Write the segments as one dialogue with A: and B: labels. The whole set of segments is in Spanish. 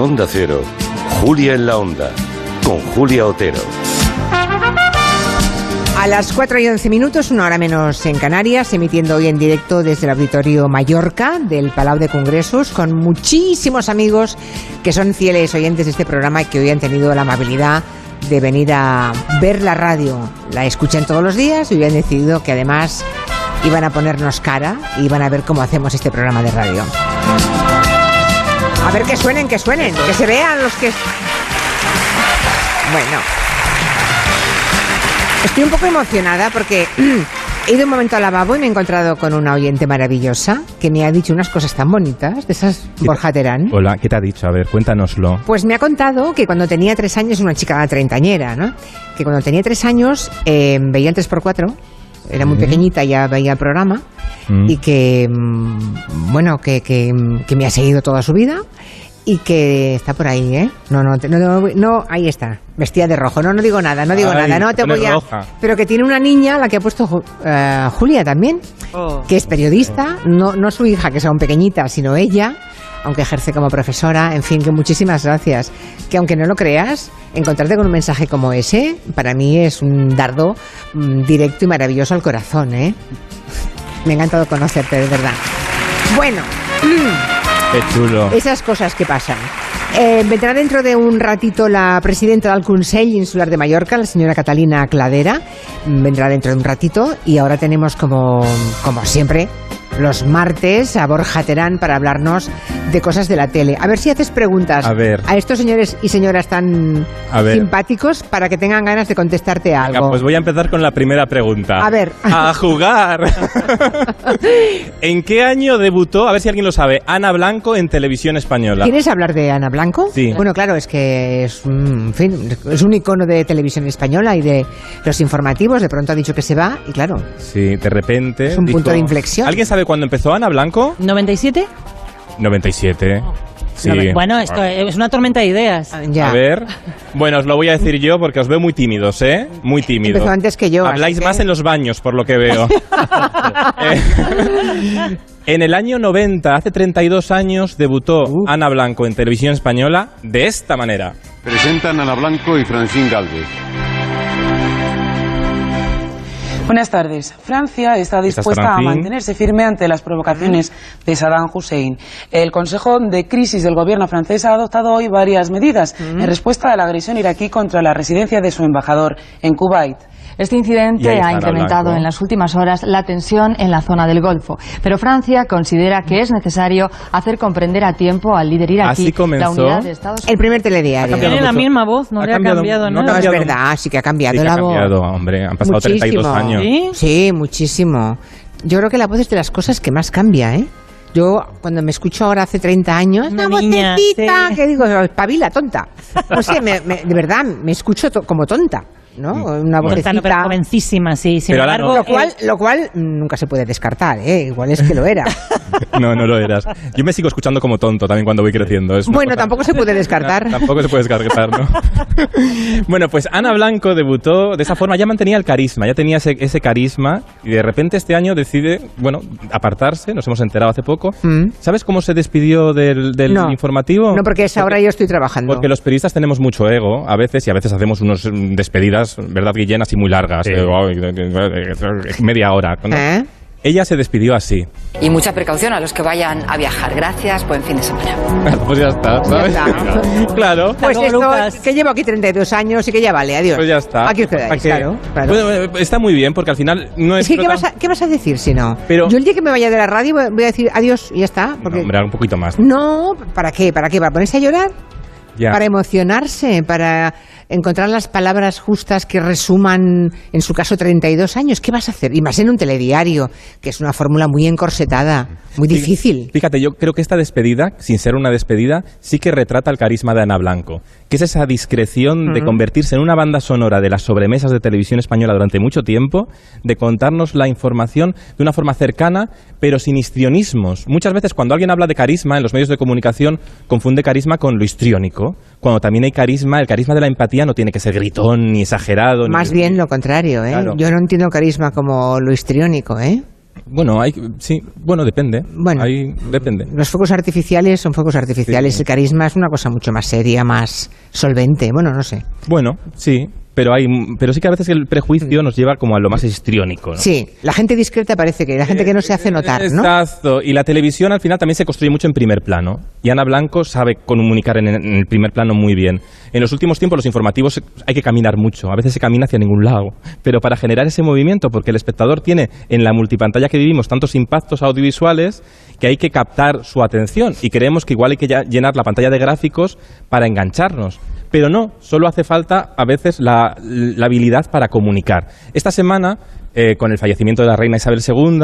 A: Onda Cero, Julia en la Onda, con Julia Otero.
B: A las 4 y 11 minutos, una hora menos en Canarias, emitiendo hoy en directo desde el Auditorio Mallorca del Palau de Congresos, con muchísimos amigos que son fieles oyentes de este programa y que hoy han tenido la amabilidad de venir a ver la radio. La escuchan todos los días y hoy han decidido que además iban a ponernos cara y van a ver cómo hacemos este programa de radio. A ver que suenen, que suenen, que se vean los que... Bueno. Estoy un poco emocionada porque he ido un momento al lavabo y me he encontrado con una oyente maravillosa que me ha dicho unas cosas tan bonitas, de esas Borja Terán.
C: Hola, ¿qué te ha dicho? A ver, cuéntanoslo.
B: Pues me ha contado que cuando tenía tres años, una chica treintañera, ¿no? Que cuando tenía tres años eh, veía el 3x4, era muy pequeñita, ya veía el programa,
C: Mm.
B: y que, mm, bueno, que, que, mm, que me ha seguido toda su vida y que está por ahí, ¿eh? No, no, te- no, no, no, ahí está, vestida de rojo. No, no digo nada, no digo
C: Ay,
B: nada, no te
C: te pones
B: voy a...
C: roja.
B: Pero que tiene una niña, la que ha puesto Ju- eh, Julia también, que es periodista, no, no su hija, que es aún pequeñita, sino ella, aunque ejerce como profesora, en fin, que muchísimas gracias. Que aunque no lo creas, encontrarte con un mensaje como ese, para mí es un dardo mm, directo y maravilloso al corazón, ¿eh? Me ha encantado conocerte, de verdad. Bueno,
C: Qué chulo.
B: esas cosas que pasan. Eh, vendrá dentro de un ratito la presidenta del Consell Insular de Mallorca, la señora Catalina Cladera. Mm, Vendrá dentro de un ratito y ahora tenemos como, como siempre los martes a Borja Terán para hablarnos de cosas de la tele. A ver si haces preguntas
C: A ver.
B: a estos señores y señoras tan
C: A ver.
B: simpáticos para que tengan ganas de contestarte algo.
C: Venga, pues voy a empezar con la primera pregunta.
B: A ver.
C: A jugar. ¿En qué año debutó, a ver si alguien lo sabe, Ana Blanco en televisión española?
B: ¿Quieres hablar de Ana Blanco?
C: Sí.
B: Bueno, claro, es que es, un- en fin, es un icono de televisión española y de los informativos. De pronto ha dicho que se va y claro,
C: Sí, de repente.
B: Es un punto de inflexión.
C: ¿Alguien sabe cuándo empezó Ana Blanco?
D: ¿97?
C: 97. Sí. Ah.
D: No, bueno, esto es una tormenta de ideas.
B: ya.
C: A ver. Bueno, os lo voy a decir yo porque os veo muy tímidos, ¿eh? Muy tímidos.
B: Empezó antes que yo,
C: Habláis
B: así que-
C: más en los baños, por lo que veo. Eh, en el año 90, hace 32 años, debutó Ana Blanco en televisión española de esta manera.
E: Presentan Ana Blanco y Francín Galvez.
F: Buenas tardes. Francia está dispuesta a
C: Francín.
F: mantenerse firme ante las provocaciones de Saddam Hussein. El Consejo de Crisis del Gobierno francés ha adoptado hoy varias medidas en respuesta a la agresión iraquí contra la residencia de su embajador en Kuwait.
G: Este
C: Y ahí
G: incidente
C: está
G: ha
C: Ana
G: incrementado
C: Blanco.
G: en las últimas horas la tensión en la zona del Golfo, pero Francia considera que es necesario hacer comprender a tiempo al líder
C: Así
G: iraquí
C: comenzó.
G: la unidad de Estados
B: El primer telediario.
C: Ha cambiado
D: Tiene la
C: mucho.
D: misma voz, no
C: Ha
D: le ha
C: cambiado-
D: cambiado
C: no ha
D: nada.
B: No, es
C: cambiado.
B: verdad, sí que ha cambiado
C: Sí que
B: la
C: ha
B: voz.
C: cambiado, hombre. Han pasado 32 años.
D: ¿Sí?
B: Sí, muchísimo. Yo creo que la voz es de las cosas que más cambia, ¿eh? Yo, cuando me escucho ahora hace 30 años,
D: Una
B: una
D: niña,
B: vocecita,
D: sí.
B: que digo, espabila, tonta. No sé, me- me- de verdad, me escucho to- como tonta, ¿no?
C: Mm.
B: Una
C: Bueno.
B: vocecita.
D: Está, no, pero jovencísima, sí. Sin
C: Pero ahora
D: embargo,
C: no.
B: Lo cual, lo cual mm, nunca se puede descartar, ¿eh? Igual es que lo era.
C: No, no lo eras. Yo me sigo escuchando como tonto también cuando voy creciendo. es una
B: Bueno,
C: cosa-
B: tampoco se puede descartar.
C: No, tampoco se puede descartar, ¿no? bueno, pues Ana Blanco debutó de esa forma, ya mantenía el carisma, ya tenía ese, ese carisma y de repente este año decide, bueno, apartarse, nos hemos enterado hace poco.
B: Mm.
C: ¿Sabes cómo se despidió del, del
B: No.
C: informativo?
B: No, porque es ahora yo estoy trabajando.
C: Porque los periodistas tenemos mucho ego a veces y a veces hacemos unas despedidas, ¿verdad, Guillén? Así muy largas, de, "Ay, de- de- de- de- media hora. ¿no?
B: ¿Eh?
C: Ella se despidió así.
H: Y mucha precaución a los que vayan a viajar. Gracias, buen fin de semana.
C: pues ya está, ¿sabes?
B: está.
C: claro.
B: Pues
D: luego,
B: esto,
D: Lucas.
B: que llevo aquí 32 años y que ya vale, adiós.
C: Pues ya está.
B: Aquí os quedáis,
C: ¿Para qué?
B: claro. claro.
C: Bueno, eh, está muy bien porque al final no
B: es
C: es.
B: que, ¿qué
C: protagon-
B: vas, a, ¿qué vas a decir si no?
C: Pero-
B: Yo el día que me vaya de la radio voy- voy a decir adiós y ya está.
C: No,
B: Porque...
C: hombre, un poquito más.
B: No, ¿para qué? ¿Para qué? ¿Para ponerse a llorar?
C: Ya.
B: Para emocionarse, para encontrar las palabras justas que resuman, en su caso, 32 años. ¿Qué vas a hacer? Y más en un telediario, que es una fórmula muy encorsetada, muy
C: Fí-
B: difícil.
C: Fíjate, yo creo que esta despedida, sin ser una despedida, sí que retrata el carisma de Ana Blanco, que es esa discreción de convertirse en una banda sonora de las sobremesas de televisión española durante mucho tiempo, de contarnos la información de una forma cercana, pero sin histrionismos. Muchas veces cuando alguien habla de carisma en los medios de comunicación confunde carisma con lo histriónico. Cuando también hay carisma, el carisma de la empatía no tiene que ser gritón ni exagerado. ni-
B: Más bien lo contrario, ¿eh?
C: Claro.
B: Yo no entiendo carisma como lo histriónico, ¿eh?
C: Bueno, hay, sí, bueno, depende.
B: Bueno.
C: Ahí depende.
B: Los fuegos artificiales son fuegos artificiales.
C: Sí.
B: El carisma es una cosa mucho más seria, más solvente. Bueno, no sé.
C: Bueno, sí, pero hay, pero sí que a veces el prejuicio nos lleva como a lo más histriónico. ¿no?
B: Mm. Sí, la gente discreta parece que la gente que no se hace notar, ¿no?
C: Exacto. Y la televisión al final también se construye mucho en primer plano. Y Ana Blanco sabe comunicar en, en el primer plano muy bien. En los últimos tiempos los informativos hay que caminar mucho. A veces se camina hacia ningún lado. Pero para generar ese movimiento, porque el espectador tiene en la multipantalla que vivimos tantos impactos audiovisuales que hay que captar su atención. Y creemos que igual hay que ya llenar la pantalla de gráficos para engancharnos. Pero no, solo hace falta a veces la, la habilidad para comunicar. Esta semana, eh, con el fallecimiento de la reina Isabel II,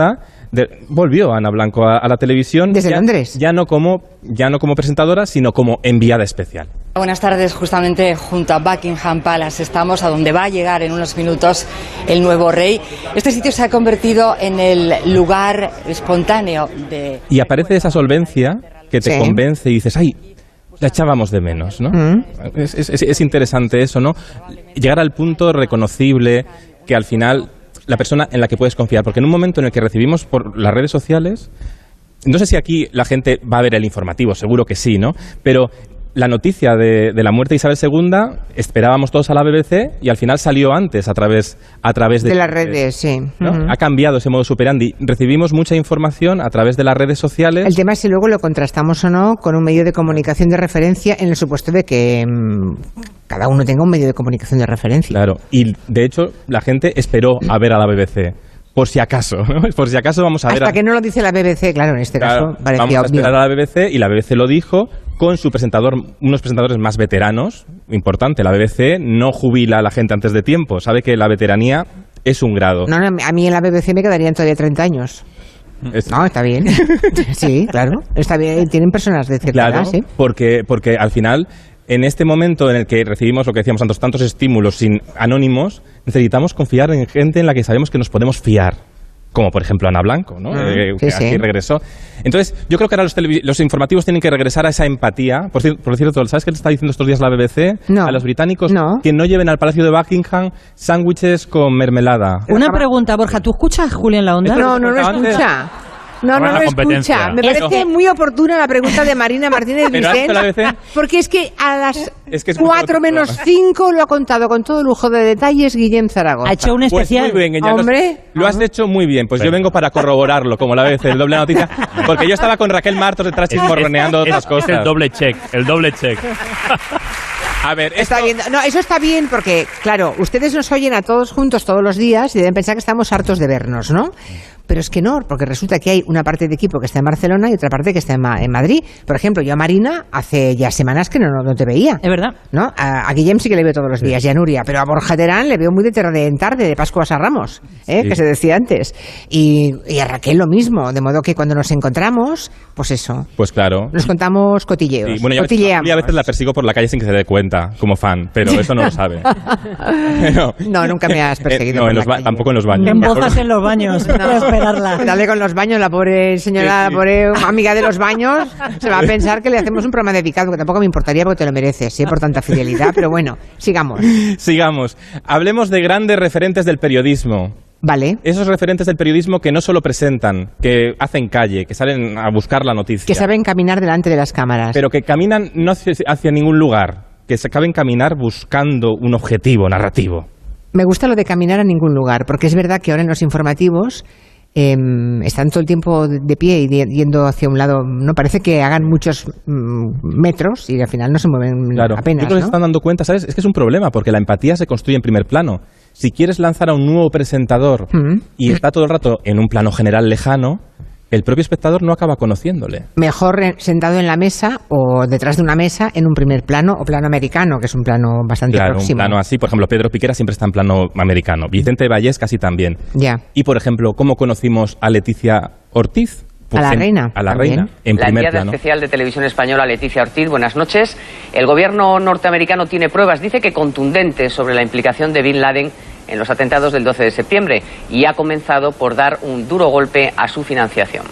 C: de- volvió Ana Blanco a, a la televisión.
B: Desde
C: ya-
B: Londres.
C: Ya no, como, ya no como presentadora, sino como enviada especial.
H: Buenas tardes, justamente junto a Buckingham Palace estamos, a donde va a llegar en unos minutos el nuevo rey. Este sitio se ha convertido en el lugar espontáneo de...
C: Y aparece esa solvencia que te
B: Sí.
C: convence y dices, ay, la echábamos de menos, ¿no?
B: Mm.
C: Es, es- es- es interesante eso, ¿no? Llegar al punto reconocible que al final la persona en la que puedes confiar, porque en un momento en el que recibimos por las redes sociales, no sé si aquí la gente va a ver el informativo, seguro que sí, ¿no? Pero la noticia de, de la muerte de Isabel II esperábamos todos a la BBC y al final salió antes a través, a través de,
B: De las
C: Twitter,
B: redes, sí. Mm.
C: ¿no?
B: Ujú.
C: Ha cambiado ese modo superandi. Recibimos mucha información a través de las redes sociales.
B: El tema es si luego lo contrastamos o no con un medio de comunicación de referencia en el supuesto de que mm, cada uno tenga un medio de comunicación de referencia.
C: Claro, y de hecho la gente esperó a ver a la BBC, por si acaso, ¿no? por si acaso vamos a ver
B: Hasta
C: a,
B: que no lo dice la BBC, claro, en este
C: Claro,
B: caso
C: vamos
B: parecía
C: a
B: obvio.
C: esperar a la BBC y la BBC lo dijo con su presentador, unos presentadores más veteranos, importante, la BBC no jubila a la gente antes de tiempo, sabe que la veteranía es un grado.
B: No, no, a mí en la BBC me quedarían todavía 30 años.
C: Es-
B: No, está bien. Sí, claro. Está bien. Tienen personas de cierta
C: Claro,
B: edad, sí.
C: porque, porque al final, en este momento en el que recibimos lo que decíamos antes, tantos estímulos sin anónimos, necesitamos confiar en gente en la que sabemos que nos podemos fiar. Como por ejemplo Ana Blanco, ¿no? Eh, que
B: Ah, sí, sí.
C: aquí regresó. Entonces, yo creo que ahora los, televi- los informativos tienen que regresar a esa empatía. Por, cier- por cierto, ¿sabes qué le está diciendo estos días la BBC?
B: No.
C: A los británicos
B: No.
C: que no lleven al Palacio de Buckingham sándwiches con mermelada.
D: Una pregunta, Borja, ¿tú escuchas a Julián La Onda?
B: eh, No, no lo
C: Antes-
B: escucha. No,
I: Ahora
B: no lo
I: la competencia.
B: escucha. Me
C: Eso.
B: parece muy oportuna la pregunta de Marina Martínez
C: Pero
B: Vicente.
C: hasta la vez, ¿eh?
B: Porque es que a las
C: Es que es muy
B: 4
C: oportuna.
B: menos 5 lo ha contado con todo lujo de detalles Guillem Zaragoza.
D: Ha hecho un
C: Pues
D: especial.
C: muy bien, que ya
B: Hombre.
C: Lo has hecho muy bien. Pues yo vengo para corroborarlo, como la vez el doble noticia. Porque yo estaba con Raquel Martos detrás chismorroneando
I: Es- es-
C: otras
I: es
C: cosas.
I: el doble check, el doble check.
C: A ver, esto-
B: Está bien. No, eso está bien porque, claro, ustedes nos oyen a todos juntos todos los días y deben pensar que estamos hartos de vernos, ¿no? Pero es que no, porque resulta que hay una parte de equipo que está en Barcelona y otra parte que está en, Ma- en Madrid. Por ejemplo, yo a Marina hace ya semanas que no, no te veía.
D: Es verdad.
B: ¿No? A, a Guillem sí que le veo todos los días, y a Nuria, pero a Borja Terán le veo muy de tarde en tarde, de Pascuas a Ramos, ¿eh?
C: Sí.
B: que se decía antes. Y, y a Raquel lo mismo, de modo que cuando nos encontramos, pues eso,
C: Pues claro.
B: nos contamos cotilleos.
C: Sí, bueno, yo a, veces,
B: cotilleamos.
C: yo a veces la persigo por la calle sin que se dé cuenta, como fan, pero eso no lo sabe. no.
B: No, nunca me has perseguido por
C: no, en
B: la
C: los ba-
B: calle.
C: tampoco en los baños.
D: Te embozas en los baños. No puedo esperarla.
B: Dale con los baños, la pobre señora,
C: Sí, sí.
B: la pobre amiga de los baños, se va a pensar que le hacemos un programa dedicado, que tampoco me importaría porque te lo mereces, ¿eh? por tanta fidelidad, pero bueno, sigamos.
C: Sigamos. Hablemos de grandes referentes del periodismo.
B: Vale.
C: Esos referentes del periodismo que no solo presentan, que hacen calle, que salen a buscar la noticia.
B: Que saben caminar delante de las cámaras.
C: Pero que caminan no hacia, hacia ningún lugar, que se acaben caminar buscando un objetivo narrativo.
B: Me gusta lo de caminar a ningún lugar, porque es verdad que ahora en los informativos em, están todo el tiempo de de pie y de- yendo hacia un lado. No parece que hagan muchos mm, metros y al final no se mueven
C: Yo
B: Mm, apenas.
C: creo que se
B: ¿no?
C: están dando cuenta, ¿sabes? Es que es un problema, porque la empatía se construye en primer plano. Si quieres lanzar a un nuevo presentador
B: Mm.
C: y está todo el rato en un plano general lejano, el propio espectador no acaba conociéndole.
B: Mejor en- sentado en la mesa o detrás de una mesa en un primer plano o plano americano, que es un plano bastante
C: Claro, un
B: próximo.
C: plano así. Por ejemplo, Pedro Piquera siempre está en plano americano. Vicente Vallés casi también.
B: Ya.
C: Y, por ejemplo, ¿cómo conocimos a Leticia Ortiz? Pues
B: A la
C: en-
B: reina,
C: A la
B: también.
C: reina, en
J: La
C: primer
J: enviada
C: plano.
J: especial de Televisión Española, Leticia Ortiz, buenas noches. El gobierno norteamericano tiene pruebas, dice que contundentes, sobre la implicación de Bin Laden en los atentados del 12 de septiembre y ha comenzado por dar un duro golpe a su financiación.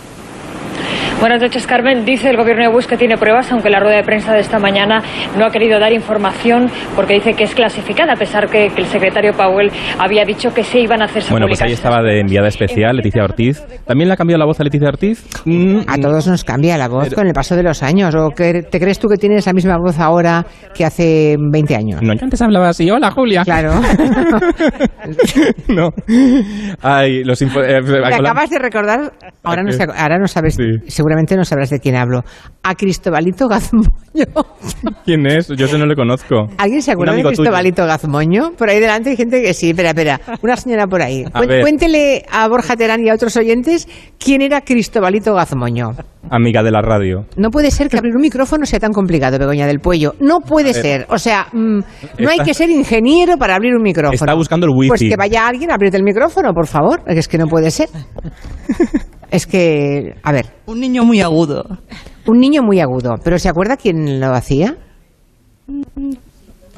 I: Buenas noches, Carmen. Dice el gobierno de Bush que tiene pruebas, aunque la rueda de prensa de esta mañana no ha querido dar información porque dice que es clasificada, a pesar que, que el secretario Powell había dicho que se iban a hacerse
C: Bueno, pues ahí estaba de enviada especial Leticia Ortiz. ¿También le ha cambiado la voz a Leticia Ortiz? Mm,
B: A todos nos cambia la voz con el paso de los años. ¿O que te crees tú que tienes la misma voz ahora que hace 20 años?
C: No, yo antes hablaba así. Hola, Julia.
B: Claro.
C: no. Ay, los info- eh,
B: Te
C: con la-
B: acabas de recordar, ahora no,
C: qué?
B: sé- ahora no sabes, seguramente no sabrás de quién hablo, a Cristobalito Gazmoño.
C: ¿Quién es? Yo ese no le conozco.
B: ¿Alguien se
C: Un
B: acuerda de
C: amigo tuyo.
B: Cristobalito Gazmoño? Por ahí delante hay gente que sí, espera, espera, una señora por ahí.
C: A
B: Cuen-
C: ver.
B: Cuéntele a Borja Terán y a otros oyentes quién era Cristobalito Gazmoño.
C: Amiga de la radio.
B: No puede ser que abrir un micrófono sea tan complicado, Begoña del Puello. No puede
C: A ver.
B: ser. O sea, mm, no hay
C: Está-
B: que ser ingeniero para abrir un micrófono.
C: Está buscando el wifi.
B: Pues que vaya alguien a abrirte el micrófono, por favor. Es que no puede ser. es que, a ver.
K: Un niño muy agudo.
B: Un niño muy agudo. ¿Pero se acuerda quién lo hacía?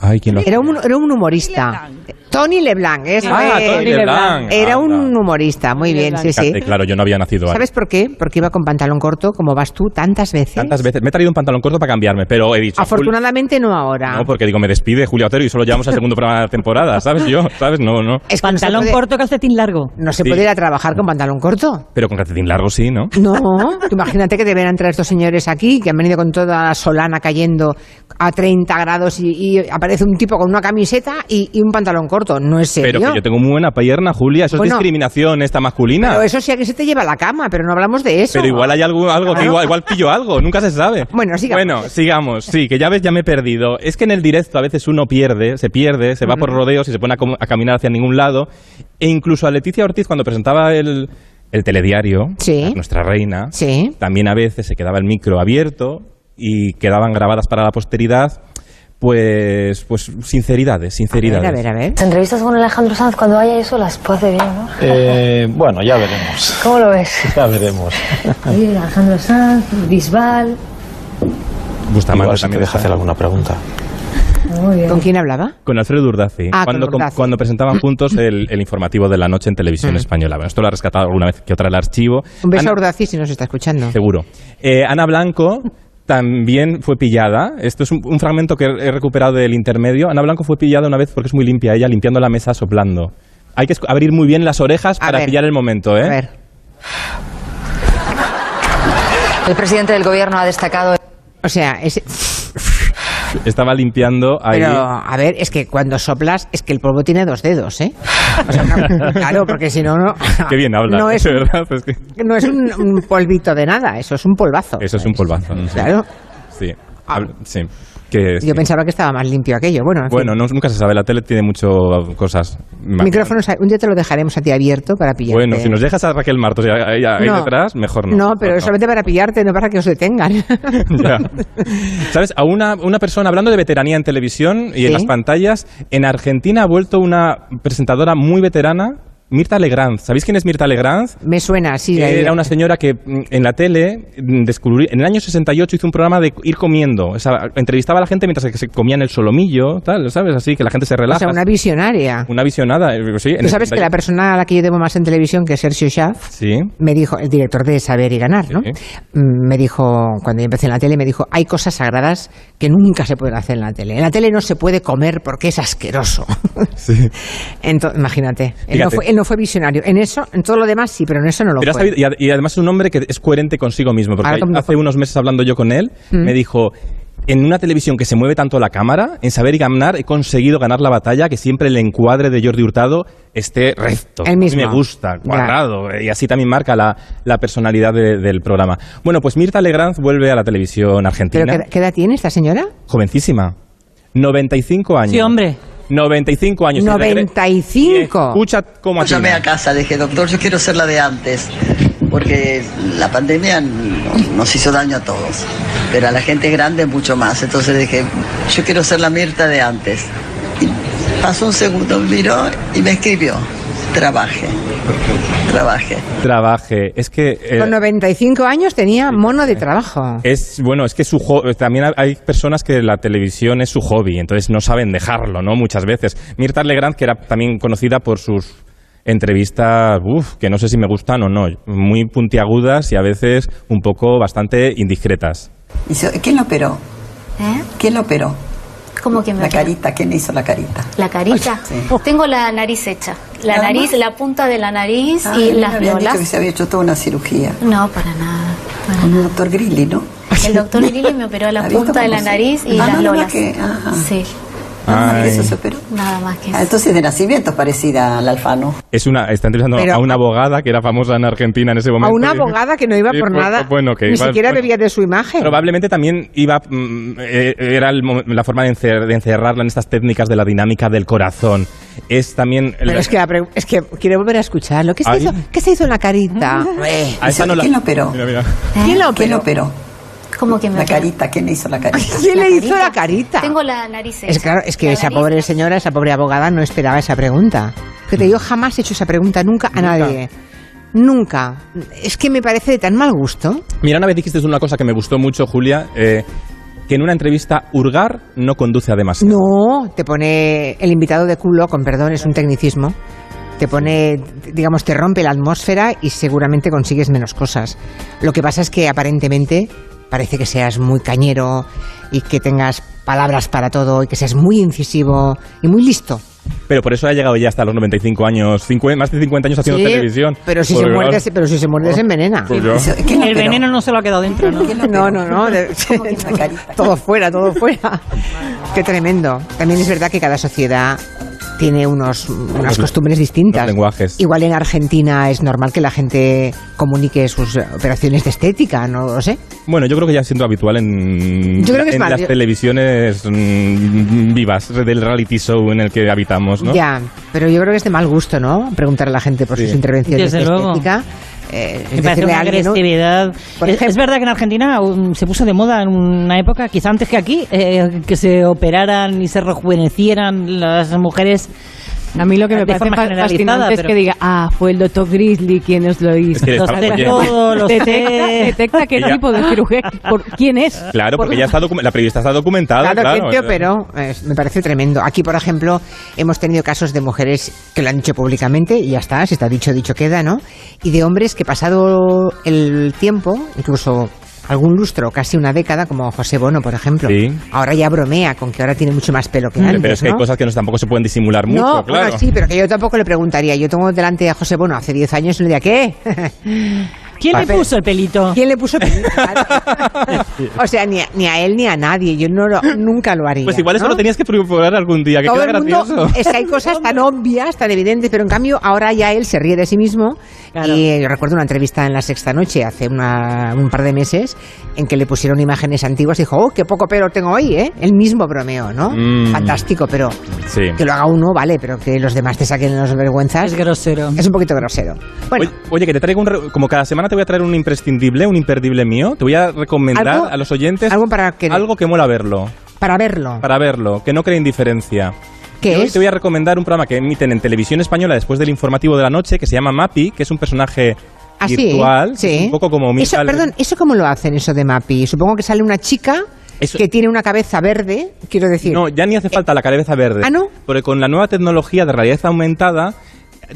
C: Ay, ¿quién lo
B: Era un, era un humorista. Tony LeBlanc. es-
C: Ah,
B: eh,
C: Tony LeBlanc.
B: Era un
C: Anda.
B: humorista, muy bien, sí, sí.
C: Fíjate, Eh, Claro, yo no había nacido ahí.
B: ¿Sabes por qué? Porque iba con pantalón corto, como vas tú tantas veces.
C: Tantas veces. Me he traído un pantalón corto para cambiarme, pero he dicho. Jul-
B: Afortunadamente no ahora.
C: No, porque digo, me despide Julia Otero y solo llevamos al segundo programa de la temporada, ¿sabes? Yo, ¿sabes? No, no.
B: Es que no se
D: Pantalón
B: puede-
D: corto, calcetín largo.
B: No se
C: Sí.
B: puede ir a trabajar con pantalón corto.
C: Pero con calcetín largo sí, ¿no?
B: No, tú imagínate que deben entrar estos señores aquí, que han venido con toda la solana cayendo a 30 grados y, y aparece un tipo con una camiseta y, y un pantalón corto. No es serio.
C: Pero que yo tengo muy buena pierna, Julia. Eso
B: Bueno.
C: es discriminación esta masculina.
B: Pero eso sí a que se te lleva a la cama, pero no hablamos de eso.
C: Ah. Pero igual hay algo, algo que
B: Claro.
C: igual, igual pillo algo, nunca se sabe.
B: Bueno, sigamos.
C: Bueno, sigamos, sí, que ya ves, ya me he perdido. Es que en el directo a veces uno pierde, se pierde, se va por rodeos y se pone a, com- a caminar hacia ningún lado. E incluso a Leticia Ortiz cuando presentaba el, el telediario,
B: Sí.
C: nuestra reina,
B: Sí.
C: también a veces se quedaba el micro abierto y quedaban grabadas para la posteridad. Pues, pues sinceridades, sinceridades.
B: A ver, a ver.
L: Las entrevistas con Alejandro Sanz, cuando vaya eso, las puedo hacer bien, ¿no?
M: Eh, bueno, ya veremos.
L: ¿Cómo lo ves?
M: Ya veremos.
L: Oye, Alejandro Sanz, Bisbal.
C: Bustamante
M: Igual sí te
C: también
M: deja
C: está.
M: hacer alguna pregunta.
B: ¿Con quién hablaba?
C: Con Alfredo Urdazi.
B: Ah, con
C: cuando,
B: Urdazi.
C: cuando presentaban juntos el, el informativo de la noche en televisión española. Bueno, esto lo ha rescatado alguna vez que otra el archivo.
B: Un beso
C: Ana-
B: a Urdaci si nos está escuchando.
C: Seguro. Eh, Ana Blanco también fue pillada. Esto es un, un fragmento que he recuperado del intermedio. Ana Blanco fue pillada una vez porque es muy limpia ella, limpiando la mesa soplando. Hay que escu- abrir muy bien las orejas
G: A
C: para
G: ver.
C: pillar el momento, ¿eh?
G: A ver.
H: El presidente del gobierno ha destacado.
B: O sea, es,
C: Estaba limpiando ahí.
B: pero a ver, es que cuando soplas, es que el polvo tiene dos dedos, ¿eh? O sea, no- claro, porque si no, no.
C: Qué bien habla. ¿eh?
B: No es-
C: de verdad. es que-
B: No es un, un polvito de nada, eso es un polvazo.
C: Eso es un polvazo. sí.
B: Claro.
C: Sí. Habla- sí. Que-
B: Ah. Yo pensaba que estaba más limpio aquello. Bueno, en fin.
C: Bueno, no- nunca se sabe. La tele tiene mucho cosas.
B: Micrófonos, un día te lo dejaremos a ti abierto para pillarte.
C: Bueno, si nos dejas a Raquel Martos y a- a ella ahí
B: No.
C: detrás, mejor no. Ah,
B: No, pero solamente para pillarte, no para que os detengan.
C: Ya. ¿Sabes? A una, una persona, hablando de veteranía en televisión y
B: Sí.
C: en las pantallas, en Argentina ha vuelto una presentadora muy veterana, Mirta Legrand. ¿Sabéis quién es Mirta Legrand?
B: Me suena así. de ahí.
C: Era una señora que mm, en la tele mm, descubrí, en el año 68 hizo un programa de ir comiendo. O sea, entrevistaba a la gente mientras que se comían el solomillo, tal, ¿sabes? Así que la gente se
B: O
C: relaja.
B: sea, una visionaria.
C: Una visionada. eh, Sí, en
B: Tú
C: el
B: sabes que la
C: 68.
B: persona a la que yo debo más en televisión, que es Sergio Schaff,
C: Sí.
B: me dijo, el director de Saber y Ganar, ¿no?
C: Sí.
B: Mm, Me dijo, cuando yo empecé en la tele, me dijo, hay cosas sagradas que nunca se pueden hacer en la tele. En la tele no se puede comer porque es asqueroso.
C: Sí.
B: Entonces, imagínate, él no,
C: Fíjate.
B: fue, él no fue visionario. En eso, en todo lo demás sí, pero en eso no lo
C: Pero ha
B: fue.
C: sabido- y, ad- y además es un hombre que es coherente consigo mismo, porque
B: Ahora, ¿cómo
C: hace unos meses hablando yo con él,
B: Mm.
C: me dijo, en una televisión que se mueve tanto la cámara, en saber y ganar, he conseguido ganar la batalla que siempre el encuadre de Jordi Hurtado esté recto.
B: El
C: A mí
B: mismo.
C: me gusta,
B: Ya.
C: cuadrado, eh, y así también marca la, la personalidad de- del programa. Bueno, pues Mirta Legrand vuelve a la televisión
B: ¿Pero
C: argentina,
B: qué, qué edad tiene esta señora?
C: jovencísima, 95 años.
D: Sí, hombre.
C: 95 años. y regre-
B: 95.
C: ¿eh? Escucha cómo atina.
N: Llamé a casa, le dije, doctor, yo quiero ser la de antes, porque la pandemia no- nos hizo daño a todos, pero a la gente grande mucho más. Entonces le dije, yo quiero ser la Mirta de antes. Y pasó un segundo, miró y me escribió, trabaje, trabaje.
C: Trabaje. Es que... eh,
B: Con 95 años tenía mono de trabajo.
C: Es bueno, es que su jo- también hay personas que la televisión es su hobby, entonces no saben dejarlo, ¿no? Muchas veces. Mirta Legrand, que era también conocida por sus entrevistas, uf, que no sé si me gustan o no, muy puntiagudas y a veces un poco bastante indiscretas.
K: Hizo- ¿Quién lo operó? ¿Quién lo operó?
O: ¿Cómo que me
K: La
O: operó?
K: carita, ¿quién le hizo la carita?
O: La carita. Tengo la nariz hecha. La
K: ¿Nada
O: nariz,
K: más?
O: la punta de la nariz
K: Ah,
O: y
K: a mí me
O: las
K: habían dicho que
O: violas.
K: se había hecho toda una cirugía.
O: No, para nada.
K: Con el doctor Grilli, ¿no?
O: El doctor Lili me operó la
K: ¿Ha visto
O: punta de
K: cómo
O: la
K: se-
O: nariz y
K: Ah,
O: las
K: nada
O: lolas.
K: más que- ajá.
O: Sí,
K: Ah,
C: Ay.
K: eso se operó.
O: nada más que
K: Ah,
O: eso.
K: entonces de nacimiento es parecida al Alfano.
C: Es una, está entrevistando
K: Pero-
C: a una abogada que era famosa en Argentina en ese momento.
B: A una
C: Y-
B: abogada que no iba
C: Sí,
B: por
C: pues,
B: nada,
C: pues, bueno, que
B: ni
C: iba-
B: siquiera
C: bueno.
B: bebía de su imagen.
C: Probablemente también iba mm, eh, era el mo- la forma de, encer- de encerrarla en estas técnicas de la dinámica del corazón. Es también el-
B: Pero es que, la pre- es que quiero volver a escucharlo. ¿Qué se,
C: Ahí.
B: hizo, ¿Qué se hizo en la carita?
C: a esa no la-
K: ¿Quién lo operó?
C: Mira, mira.
O: ¿Quién la
K: ¿Quién lo operó?
O: ¿Cómo que me
K: La
O: operó?
K: carita, ¿quién le hizo la carita?
B: ¿Quién le hizo la carita?
O: Tengo la nariz hecha.
B: Es claro, es que
O: La
B: esa
O: nariz-
B: pobre señora, esa pobre abogada no esperaba esa pregunta. Que
C: Mm.
B: te digo, jamás he hecho esa pregunta nunca a nadie. Nunca. Es que me parece de tan mal gusto.
C: Mira, una vez dijiste una cosa que me gustó mucho, Julia, eh, que en una entrevista hurgar no conduce a demasiado.
B: No, te pone el invitado de culo, con perdón, es un tecnicismo. Te pone, digamos, te rompe la atmósfera y seguramente consigues menos cosas. Lo que pasa es que aparentemente parece que seas muy cañero y que tengas palabras para todo y que seas muy incisivo y muy listo.
C: Pero por eso ha llegado ya hasta los 95 años, 50 más de 50 años haciendo
B: Sí,
C: televisión.
B: Pero si, se
C: Hurgar.
B: muerde, se- pero si se muerde, se envenena.
C: Pues yo.
D: El veneno no se lo ha quedado dentro, ¿no?
B: No, no, no. de- todo fuera, todo fuera. Qué tremendo. También es verdad que cada sociedad tiene unos, unas
C: Unos-
B: costumbres distintas.
C: unos lenguajes.
B: Igual en Argentina es normal que la gente comunique sus eh, operaciones de estética, no lo sé.
C: Bueno, yo creo que ya siendo habitual en,
B: Yo creo que es
C: en
B: más-
C: las televisiones mm, vivas del reality show en el que habitamos, ¿no?
B: Ya, pero yo creo que es de mal gusto, ¿no? Preguntar a la gente por
C: Sí.
B: sus intervenciones
D: Desde
B: de
D: luego.
B: estética. Eh,
D: Me parece
B: decirle
D: una
B: a alguien, ¿no?
D: agresividad.
B: Por
D: Es- es verdad que en Argentina um, se puso de moda en una época, quizá antes que aquí, eh, que se operaran y se rejuvenecieran las mujeres.
P: A mí lo que me
D: de
P: parece
D: forma
P: fa-
D: generalizada,
P: fascinante es
D: pero-
P: que diga, ah, fue el doctor Grizzly quien os lo hizo.
C: Es que le estaba
P: Entonces,
C: oyendo.
P: todo lo detecta,
D: sé.
P: detecta qué
C: Ella-
P: tipo de cirugía, por, quién es.
C: Claro,
P: Por
C: porque ya está docu- la periodista está documentada.
B: Claro,
C: Ah,
B: ¿quién
C: Claro,
B: te operó? Es- eh, me parece tremendo. Aquí, por ejemplo, hemos tenido casos de mujeres que lo han dicho públicamente y ya está, si está dicho, dicho queda, ¿no? Y de hombres que pasado el tiempo, incluso algún lustro, casi una década, como José Bono, por ejemplo,
C: Sí.
B: ahora ya bromea con que ahora tiene mucho más pelo que
C: Hombre,
B: antes,
C: pero es que
B: ¿no?
C: hay cosas que no, tampoco se pueden disimular mucho,
B: no,
C: claro.
B: bueno, sí, pero que yo tampoco le preguntaría. Yo tengo delante a José Bono hace 10 años y le diría, ¿qué?
D: ¿Quién le
B: Papel.
D: puso el pelito?
B: ¿Quién le puso el pelito? o sea, ni a, ni a él ni a nadie. Yo no lo- nunca lo haría.
C: Pues igual eso
B: ¿no?
C: lo tenías que procurar algún día, que
B: Todo
C: queda
B: el mundo- eh,
C: gracioso.
B: es que hay cosas tan obvias, tan evidentes, pero en cambio ahora ya él se ríe de sí mismo. Y eh, yo recuerdo una entrevista en la sexta noche hace una- un par de meses en que le pusieron imágenes antiguas y dijo, oh, qué poco pelo tengo hoy, ¿eh? El mismo bromeo, ¿no?
C: Mm.
B: Fantástico, pero
C: Sí.
B: que lo haga uno, vale, pero que los demás te saquen las vergüenzas. Es
D: grosero.
B: Es un poquito grosero. Bueno.
C: Oye, oye, que te traigo un. re- Como cada semana te voy a traer un imprescindible, un imperdible mío. Te voy a recomendar
B: Algo-
C: a los oyentes
B: algo para que-
C: algo que mola verlo.
B: Para verlo.
C: Para verlo, que no cree indiferencia.
B: ¿Qué
C: Yo hoy
B: es?
C: Te voy a recomendar un programa que emiten en televisión española después del informativo de la noche que se llama Mapi, que es un personaje
B: Ah, sí,
C: virtual,
B: sí.
C: que es un poco como
B: Eso,
C: Michael-
B: perdón, ¿eso cómo lo hacen, eso de Mapi? Supongo que sale una chica que tiene una cabeza verde, quiero decir.
C: No, ya ni hace falta la cabeza verde.
B: ¿Ah, no?
C: Porque con la nueva tecnología de realidad aumentada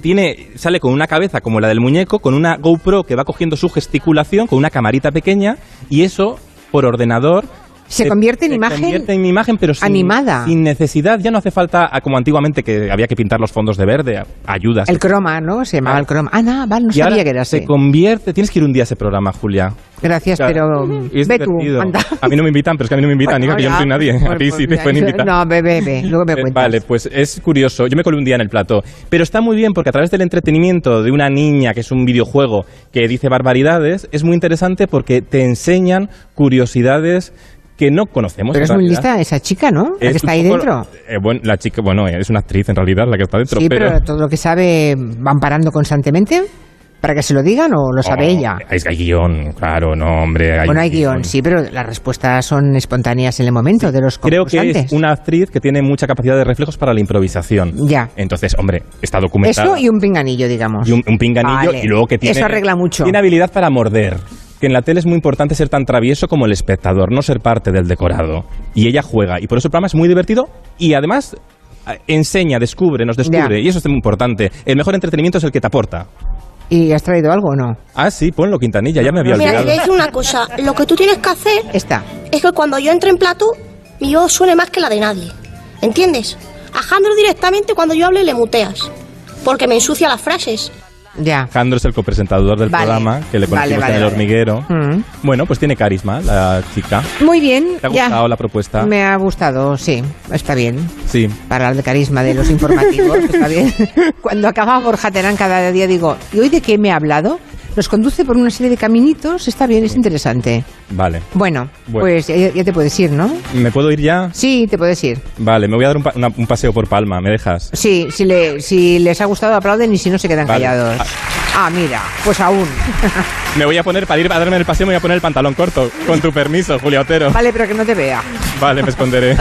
C: tiene sale con una cabeza como la del muñeco, con una GoPro que va cogiendo su gesticulación, con una camarita pequeña y eso por ordenador eh,
B: ¿Se convierte en
C: se
B: imagen?
C: convierte en imagen, pero sin,
B: Animada.
C: sin necesidad. Ya no hace falta, ah, como antiguamente que había que pintar los fondos de verde, ayudas.
B: El croma, ¿no? Se llamaba el croma. Ah, no, vale, no
C: y
B: sabía
C: ahora
B: que era así.
C: se convierte. Tienes que ir un día a ese programa, Julia.
B: Gracias, pero mm,
C: Y es
B: ve tú,
C: divertido.
B: anda.
C: A mí no me invitan, pero es que a mí no me invitan,
B: Bueno,
C: hija, que yo no
B: ya.
C: soy nadie. A
B: Bueno,
C: ti sí
B: pues
C: te
B: mira,
C: pueden
B: yo-
C: invitar.
B: No, ve, ve, ve, luego me
C: Eh,
B: cuentas.
C: Vale, pues es curioso. Yo me colé un día en el plato. Pero está muy bien porque a través del entretenimiento de una niña, que es un videojuego que dice barbaridades, es muy interesante porque te enseñan curiosidades que no conocemos.
B: Pero es
C: en
B: muy
C: realidad.
B: lista esa chica, ¿no? La
C: ¿eh? Es
B: que está
C: un
B: ahí
C: poco-
B: dentro.
C: eh, bueno, la chica, bueno, eh, es una actriz en realidad la que está dentro.
B: Sí, pero, todo lo que sabe van parando constantemente para que se lo digan o lo sabe
C: Oh,
B: ella.
C: Es que hay guión, claro, no, hombre. hay
B: bueno,
C: un
B: hay guión, sí, pero las respuestas son espontáneas en el momento de los
C: Creo que
B: concursantes.
C: es una actriz que tiene mucha capacidad de reflejos para la improvisación.
B: Ya.
C: Entonces, hombre, está documentado.
B: Eso y un pinganillo, digamos.
C: y un, un pinganillo
B: Vale.
C: y luego que tiene
B: Eso arregla mucho.
C: tiene habilidad para morder que en la tele es muy importante ser tan travieso como el espectador no ser parte del decorado y ella juega y por eso el programa es muy divertido y además eh, enseña, descubre, nos descubre. Y eso es muy importante. El mejor entretenimiento es el que te aporta.
B: ¿Y has traído algo o no?
C: Ah, sí, ponlo, Quintanilla, ya me había
Q: Mira,
C: olvidado.
Q: te dice una cosa. Lo que tú tienes que hacer es que cuando yo entre en plato, mi voz suene más que la de nadie. ¿Entiendes? A Jandro directamente cuando yo hable le muteas. Porque me ensucia las frases.
B: Ya.
C: Jandro es el copresentador del
Q: Vale.
C: programa, que le
Q: Vale,
C: conocimos
Q: vale,
C: en El
Q: vale.
C: Hormiguero.
B: Mm.
C: Bueno, pues tiene carisma la chica.
B: Muy bien.
C: ¿Te ha
B: ya.
C: gustado la propuesta?
B: Me ha gustado, sí. Está bien.
C: Sí.
B: Para hablar de carisma de los informativos, está bien. Cuando acaba Borja Terán cada día digo, ¿y hoy de qué me ha hablado? Nos conduce por una serie de caminitos, está bien, es interesante.
C: Vale.
B: Bueno,
C: Bueno.
B: pues ya, ya te puedes ir, ¿no?
C: ¿Me puedo ir ya?
B: Sí, te puedes ir.
C: Vale, me voy a dar un, pa- una- un paseo por Palma, ¿me dejas?
B: Sí, si, le- si les ha gustado aplauden y si no se quedan
C: Vale.
B: callados. Ah, mira, pues aún.
C: Me voy a poner, para ir a darme el paseo, me voy a poner el pantalón corto. Con tu permiso, Julia Otero.
B: vale, pero que no te vea.
C: Vale, me esconderé.